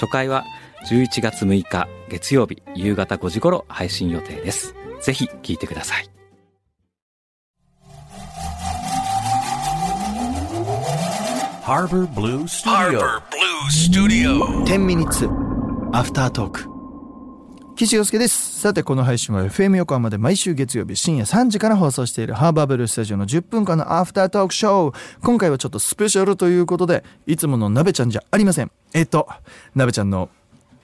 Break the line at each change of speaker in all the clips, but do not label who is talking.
初回は11月6日月曜日夕方5時頃配信予定ですぜひ聞いてください
Harbor Blue Studio.
10ミニッツアフタートーク岸洋介ですさてこの配信は FM 横浜で毎週月曜日深夜3時から放送しているハーバーブルースタジオの10分間のアフタートークショー今回はちょっとスペシャルということでいつもの鍋ちゃんじゃありませんえっと鍋ちゃんの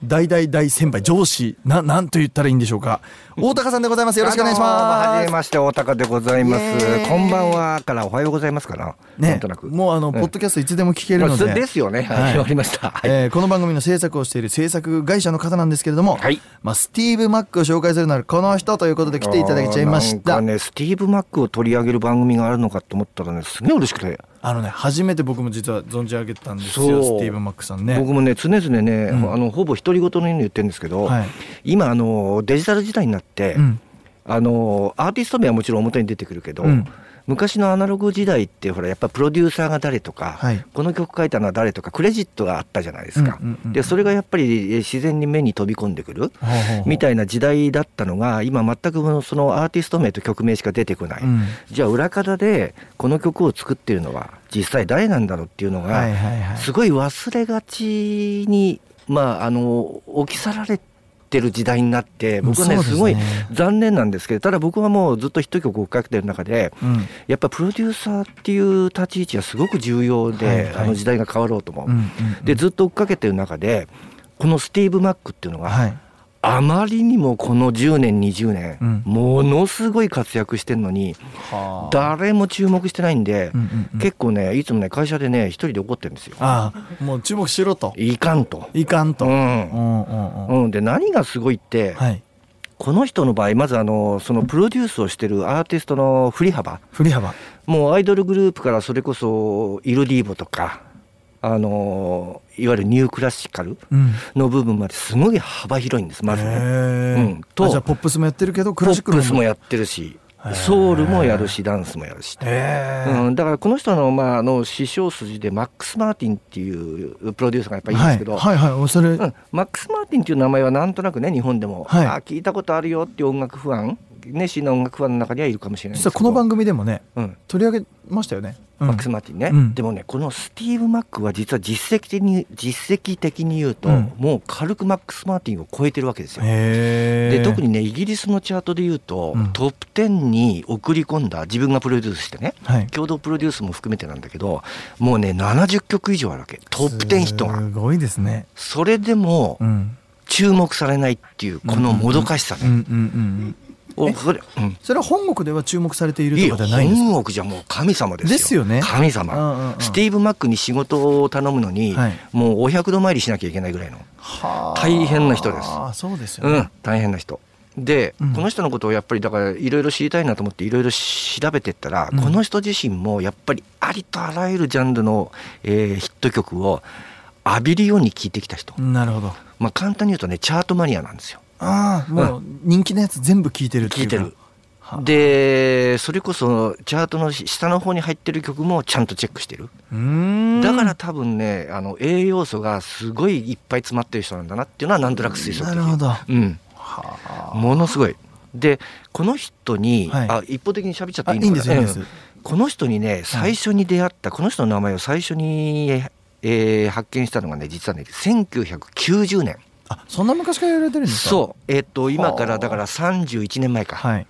大大大先輩上司ななんと言ったらいいんでしょうか大高さんでございますよろしくお願いし
あのーは
ます
じめまして、大高でございま
イエーイ
す。こんばんはからおはようございますかな。なんとなく。
もうあの、ポッドキャストいつでも聞ける
ま
の
あ
で、
すですよね。はい、わかりました。はい。
えーこの番組の制作をしている制作会社の方なんですけれども、
はい
まあ、スティーブ・マックを紹介するならこの人ということで来ていただきちゃいまし
あ
た
ーなんかね、スティーブ・マックを取り上げる番組があるのかと思ったらね、すげえ嬉しくて。
あのね初めて僕も実は存じ上げたんですよスティーブ・マックさんね
僕もね、常々ね、
ん
あの、ほぼ独り言のように言ってるんですけど、
はい
今、あの、デジタル時代になって、
うん
あの、アーティスト名はもちろん表に出てくるけど、
うん
昔のアナログ時代ってほらやっぱプロデューサーが誰とか、
はい
この曲書いたのは誰とかクレジットがあったじゃないですか、
うんうんうん
でそれがやっぱりえ自然に目に飛び込んでくる
ほうほうほう
みたいな時代だったのが今全くそのアーティスト名と曲名しか出てこない、
うん
じゃあ裏方でこの曲を作ってるのは実際誰なんだろうっていうの
はい
が
はいはい
すごい忘れがちにまああの置き去られてる時代になって僕はね
もうそうですすね
ごい残念なんですけどただ僕はもうずっとヒット曲を追っかけてる中で
うん
やっぱプロデューサーっていう立ち位置はすごく重要で、
はいはい
あの時代が変わろうとも、
うんうんうん
でずっと追っかけてる中でこのスティーブ・マックっていうのが、
はい
あまりにもこの10年20年、
うん
ものすごい活躍してるのに
はあ
誰も注目してないんで、
うんうんうん
結構ねいつもね会社でね一人で怒ってるんですよ。
ああもう注目しろと
いかんと。
いかんと、
う
うんんうんうん
うん、で何がすごいって、
はい
この人の場合まずあのそのプロデュースをしてるアーティストの振り幅
振り幅
もうアイドルグループからそれこそイルディーボとかあのいわゆるニュークラシカル
うん
の部分まですごい幅広いんですまず
へ
ね。
え、
うんと
あじゃあポップスもやってるけどク
ポ
ラシッ
ッ
クの
プスもやってるし
へー
ソウルもやるしダンスもやるし。
へえ、
うん、だからこの人の,、まあ、あの師匠筋でマックス・マーティンっていうプロデューサーがやっぱいいんで
は
す
い
けど、
はいはいそれ、
うん、マックス・マーティンっていう名前はなんとなくね日本でも、
はい
あ聞いたことあるよっていう音楽ファン熱心な音楽ファンの中にはいるかもしれないです
実
け
は
ど
この番組でもね
うん、
取り上げましたよね、うん
マックス・マーティンね、
うん
でもねこのスティーブ・マックは実は実績的に実績的に言うと、
うん
もう軽くマックス・マーティンを超えてるわけですよ。
へえ
で特にねイギリスのチャートで言うと、
うん
トップ10に送り込んだ自分がプロデュースしてね
はい
共同プロデュースも含めてなんだけどもうね70曲以上あるわけトップ10ヒットが
すごいですね
それでも
うん
注目されないっていうこのもどかしさ
うんうん
ね、
うん
おそれ、うん
それは本国では注目されている
いい
と
よ
かじゃないんですか
本国じゃもう神様ですよ
ですよね
神
うんうん
様
うん
スティーブ・マックに仕事を頼むのに、
はい
もうお百度参りしなきゃいけないぐらいの
はあ
大変な人です
ああそうですよ
う
ね
ん大変な人で、
うん
この人のことをやっぱりだからいろいろ知りたいなと思っていろいろ調べてったら、
うん
この人自身もやっぱりありとあらゆるジャンルの、えーヒット曲を浴びるように聴いてきた人、
なるほど
まあ簡単に言うとねチャートマニアなんですよ。
ああもう人気のやつ全部聞いてるってい
聴
うか
いてる
は
でそれこそチャートの下の方に入ってる曲もちゃんとチェックしてる
うーん
だから多分ねあの栄養素がすごいいっぱい詰まってる人なんだなっていうのはなんとなく推
な
測でき
るほどは
うん
あ
ものすごい。でこの人に、
はい
あ一方的に喋っちゃって
あ
い
い
い
いんで
のか
す
な
よいいんです
うんこの人にね最初に出会った、この人の名前を最初に、えー発見したのがね実はね1990年
あそんな昔から言われてるんですかう
そうえっ、と今か
はあ
らだから31年前か、
はい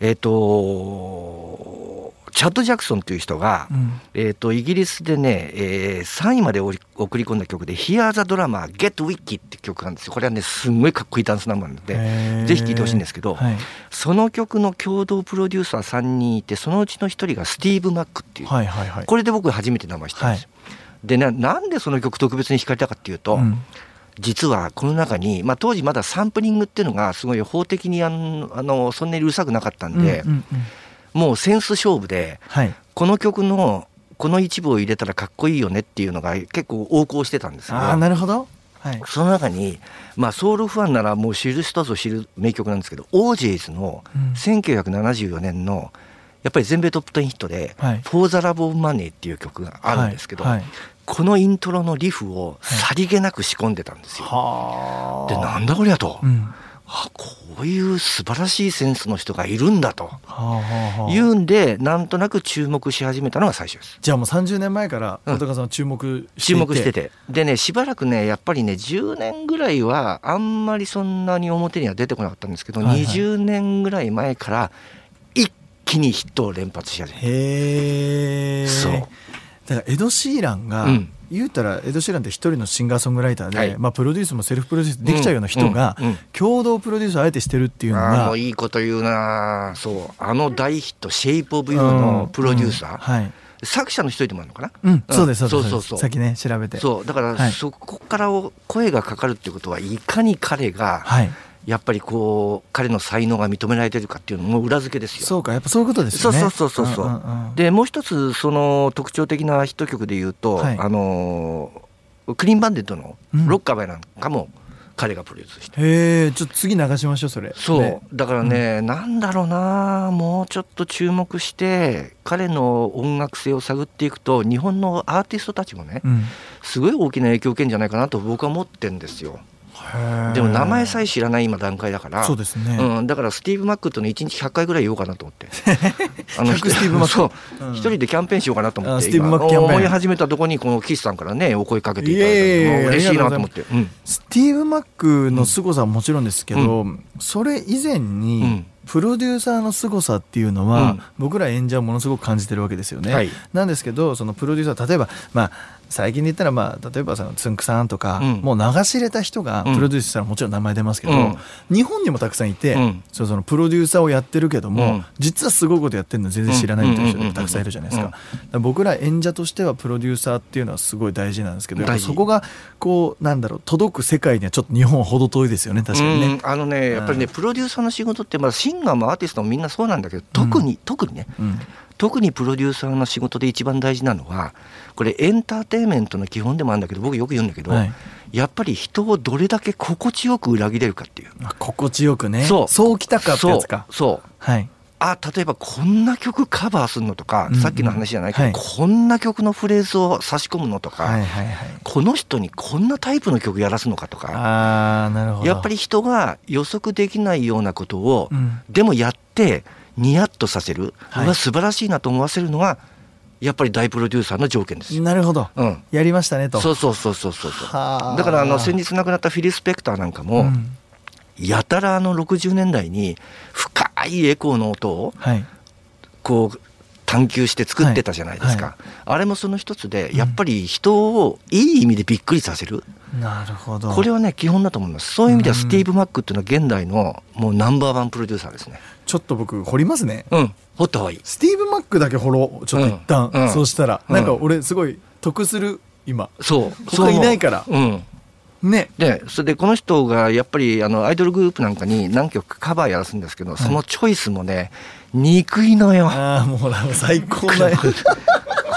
えっ、とチャッド・ジャクソンという人が、
うん
えっとイギリスでね、え3位までおり送り込んだ曲で「Hear the Drummer Get Wicky」って曲なんですよこれはねすんごいかっこいいダンスナンバーなので、
へえ
ぜひ聴いてほしいんですけど、
はい
その曲の共同プロデューサー3人いてそのうちの1人がスティーブ・マックっていう、
はいはいはい
これで僕初めて名前知ったんですよ。でななんでその曲特別に惹かれたかっていうと、
うん
実はこの中に、まあ、当時まだサンプリングっていうのがすごい法的にあのあのそんなにうるさくなかったんで、
うんうんうん
もうセンス勝負で
はい
この曲のこの一部を入れたらかっこいいよねっていうのが結構横行してたんですよ。
ああなるほどはい
その中に、まあ、ソウルファンならもう知る人ぞ知る名曲なんですけど、オージェイズの
うん
1974年の、やっぱり全米トップ10ヒットで、
はい
For the Love of Money っていう曲があるんですけど、
はいはい
このイントロのリフをさりげなく仕込んでたんですよ。
は
で、なんだこりゃと、
うんは
あこういう素晴らしいセンスの人がいるんだと
あはあはあ
いうんで、なんとなく注目し始めたのが最初です。
じゃあもう30年前から
うん
小高さんは注目してい
注
て
目しててでねしばらくねやっぱりね10年ぐらいはあんまりそんなに表には出てこなかったんですけど、
はいはい
20年ぐらい前から一気にヒットを連発し始めた
へえ
そう
だからエド・シーランが、
うん
言うたらエド・シーランって一人のシンガーソングライターで、
はい
まあ、プロデュースもセルフプロデュースできちゃうような人が、
うんうんうん
共同プロデュースをあえてしてるっていうの
ああ
が
もういいこと言うなそうあの大ヒット「シェイプ・オブ・ユー」のプロデューサー、
うんはい
作者の一人でもあるのかな、
うん、そうですそうです
そうそうそう
さっきね調べて
そうだから、
はい
そこからを声がかかるってことはいかに彼が、
はい
やっぱりこう彼の才能が認められてるかっていうのも裏付けですよ。
そうかやっぱそういうことですよね
そうそうそうそうそうん
んん
でもう一つその特徴的なヒット曲で言うと、
はい
あのークリーンバンデットの
うん
「ロッカーバイ」なんかも彼がプロデュースして、
へえちょっと次流しましょうそれ
そう、
ね
だからね、なんだろうなもうちょっと注目して彼の音楽性を探っていくと日本のアーティストたちもね
うん
すごい大きな影響を受けるんじゃないかなと僕は思ってるんですよでも名前さえ知らない今段階だから
そうですね、
うん、だからスティーブ・マックとの1日100回ぐらい言おうかなと 思ってあ
100スティーブマック
そう
うん
一人でキャンペーンしようかなと思っ
あ
て
スティーブマックキャンペーン
今思い始めたとこにこの岸さんからねお声かけていただい
いえいえい
て
え
もう嬉しいなと思ってうん
スティーブ・マックの凄さはもちろんですけど、それ以前
う
に
ん
プロデューサーの凄さっていうのは、
うん
僕ら演者はものすごく感じてるわけですよね。
はい
なんですけどそのプロデューサー例えば、まあ、最近で言ったら、まあ、例えばそのつんくさんとか、
うん
もう流し入れた人が
うん
プロデュースしたらもちろん名前出ますけど、
うん
日本にもたくさんいて、
うん
そうそのプロデューサーをやってるけども、
うん
実はすごいことやってるの全然知らないっていう人
うんうんうんうん
もたくさんいるじゃないですか。
うん
だから僕ら演者としてはプロデューサーっていうのはすごい大事なんですけどやっぱ
大事
そこがこうなんだろう届く世界にはちょっと日本は程遠いですよね確かに
う
ね
ん。あのねやっぱりねプロデューサーの仕事ってまあシンガーもアーティストもみんなそうなんだけど特に、特にね
うん
特にプロデューサーの仕事で一番大事なのはこれエンターテインメントの基本でもあるんだけど僕よく言うんだけど、
はい
やっぱり人をどれだけ心地よく裏切れるかっていう。
まあ心地よくね
そう
きたかってやつか
そうそう
はい
あ例えばこんな曲カバーするのとか、
うんうん
さっきの話じゃないけど、
はい
こんな曲のフレーズを差し込むのとか、
はいはいはい
この人にこんなタイプの曲やらすのかとか
ああなるほど
やっぱり人が予測できないようなことを、
うん
でもやってニヤッとさせる、
はいう
わ素晴らしいなと思わせるのがやっぱり大プロデューサーの条件ですよ。
なるほど
うん、
やりましたねと
そうそうそうそうそうそう
はあ
だからあの先日亡くなったフィリス・ペクターなんかも、
うん
やたらあの60年代に深いエコーの音を
はい
こう探求して作ってたじゃないですか、
はい
あれもその一つで
ん
やっぱり人をいい意味でびっくりさせる、
なるほど
これはね基本だと思いますそういう意味では
うん
スティーブ・マックっていうのは現代のもうナンバーワンプロデューサーですね
ちょっと僕掘りますね
うん掘った方がいい
スティーブ・マックだけ掘ろうちょっと一旦、
うんうん
そうしたら、
うん
なんか俺すごい得する今
そう
他
そう思う
いないから
うん
ね
でそれでこの人がやっぱりあのアイドルグループなんかに何曲かカバーやらすんですけど、そのチョイスもね憎いのよ
ああもうほら最高 だよ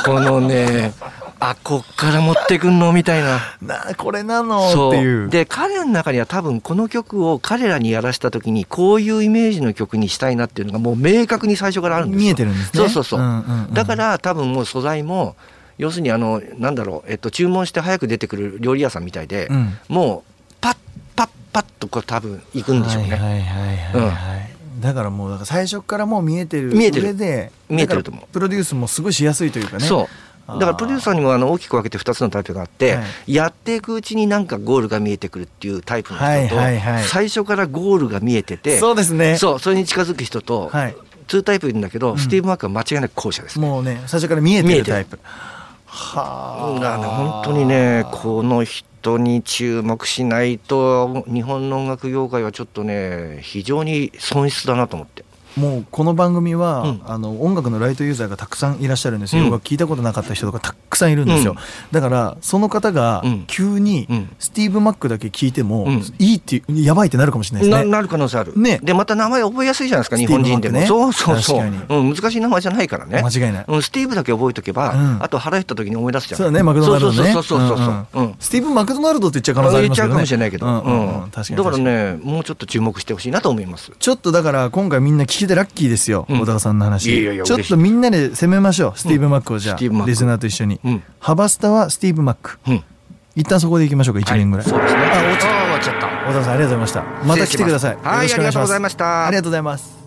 このねあこっから持ってくんのみたいな
なあこれなの
そ
っていう
で彼の中には多分この曲を彼らにやらした時にこういうイメージの曲にしたいなっていうのがもう明確に最初からあるんですよ
見えてるんですね
そうそうそう,、
んうんうん
だから多分もう素材も要するにあのなんだろう、えっと、注文して早く出てくる料理屋さんみたいで、
うん
もうパッパッパッとこう多分行くんでしょうね、
はいはいはいはいはい、だからもうだから最初からもう見えてる
見えてる
上で
見えてると思う
だからプロデュースもすごいしやすいというかね
そう
あー
だからプロデューサーにもあの大きく分けて2つのタイプがあって、
は
やっていくうちになんかゴールが見えてくるっていうタイプの人と、
はいはいはい
最初からゴールが見えてて
そうですね
そうそれに近づく人と、
はい
2タイプいるんだけど、
ん
スティーブ・マークは間違いなく後者です。
もうね最初から見えて
見え
る
てる
タイプ
だからね
は
本
あ
当にねこの人に注目しないと日本の音楽業界はちょっとね非常に損失だなと思って
もうこの番組は、
うん
あの音楽のライトユーザーがたくさんいらっしゃるんですよ、
うん
洋楽聞いたことなかった人とかたくさんいるんですよ、
うん
だからその方が
うん
急に
うん
スティーブ・マックだけ聞いても、
うん
いいってやばいってなるかもしれないで
な
すね
なる可能性ある、
ね
でまた名前覚えやすいじゃないですか
ステ
日
ィーブ
本人でも、
マックね
そうそうそう、
確か
うん、難しい名前じゃないからね
間違いない
うん、スティーブだけ覚えとけば、
うん
あと腹減った時に思い出すじゃん
そうだねマクドナルドね
そうそうそうそうそう
うんうん
うん
スティーブ・マクドナルドって言っちゃう可能性あり
言っ
ますけ
ちゃう
どね
かもしれないけど、
うんうん
う
うんん確かに
だから
確かに
ねもうちょっと注目してほしいなと思います
ちょっとだから今回みんな聞けてラッキーですよ、
うん
小田さんの話
いやいやいや
ちょっ
嬉しい
とみんなで攻めましょうスティーブ・マックをじゃ
ス
あ、
ティーブマック
リスナーと一緒に、
うん
ハバスタはスティーブ・マック
うん
一旦そこでいきましょうか1年ぐらい、
そうですね
あ落ち
あー終わっちゃった
小田さんありがとうございましたまた来てください
失礼しますはいありがとうございました
ありがとうございます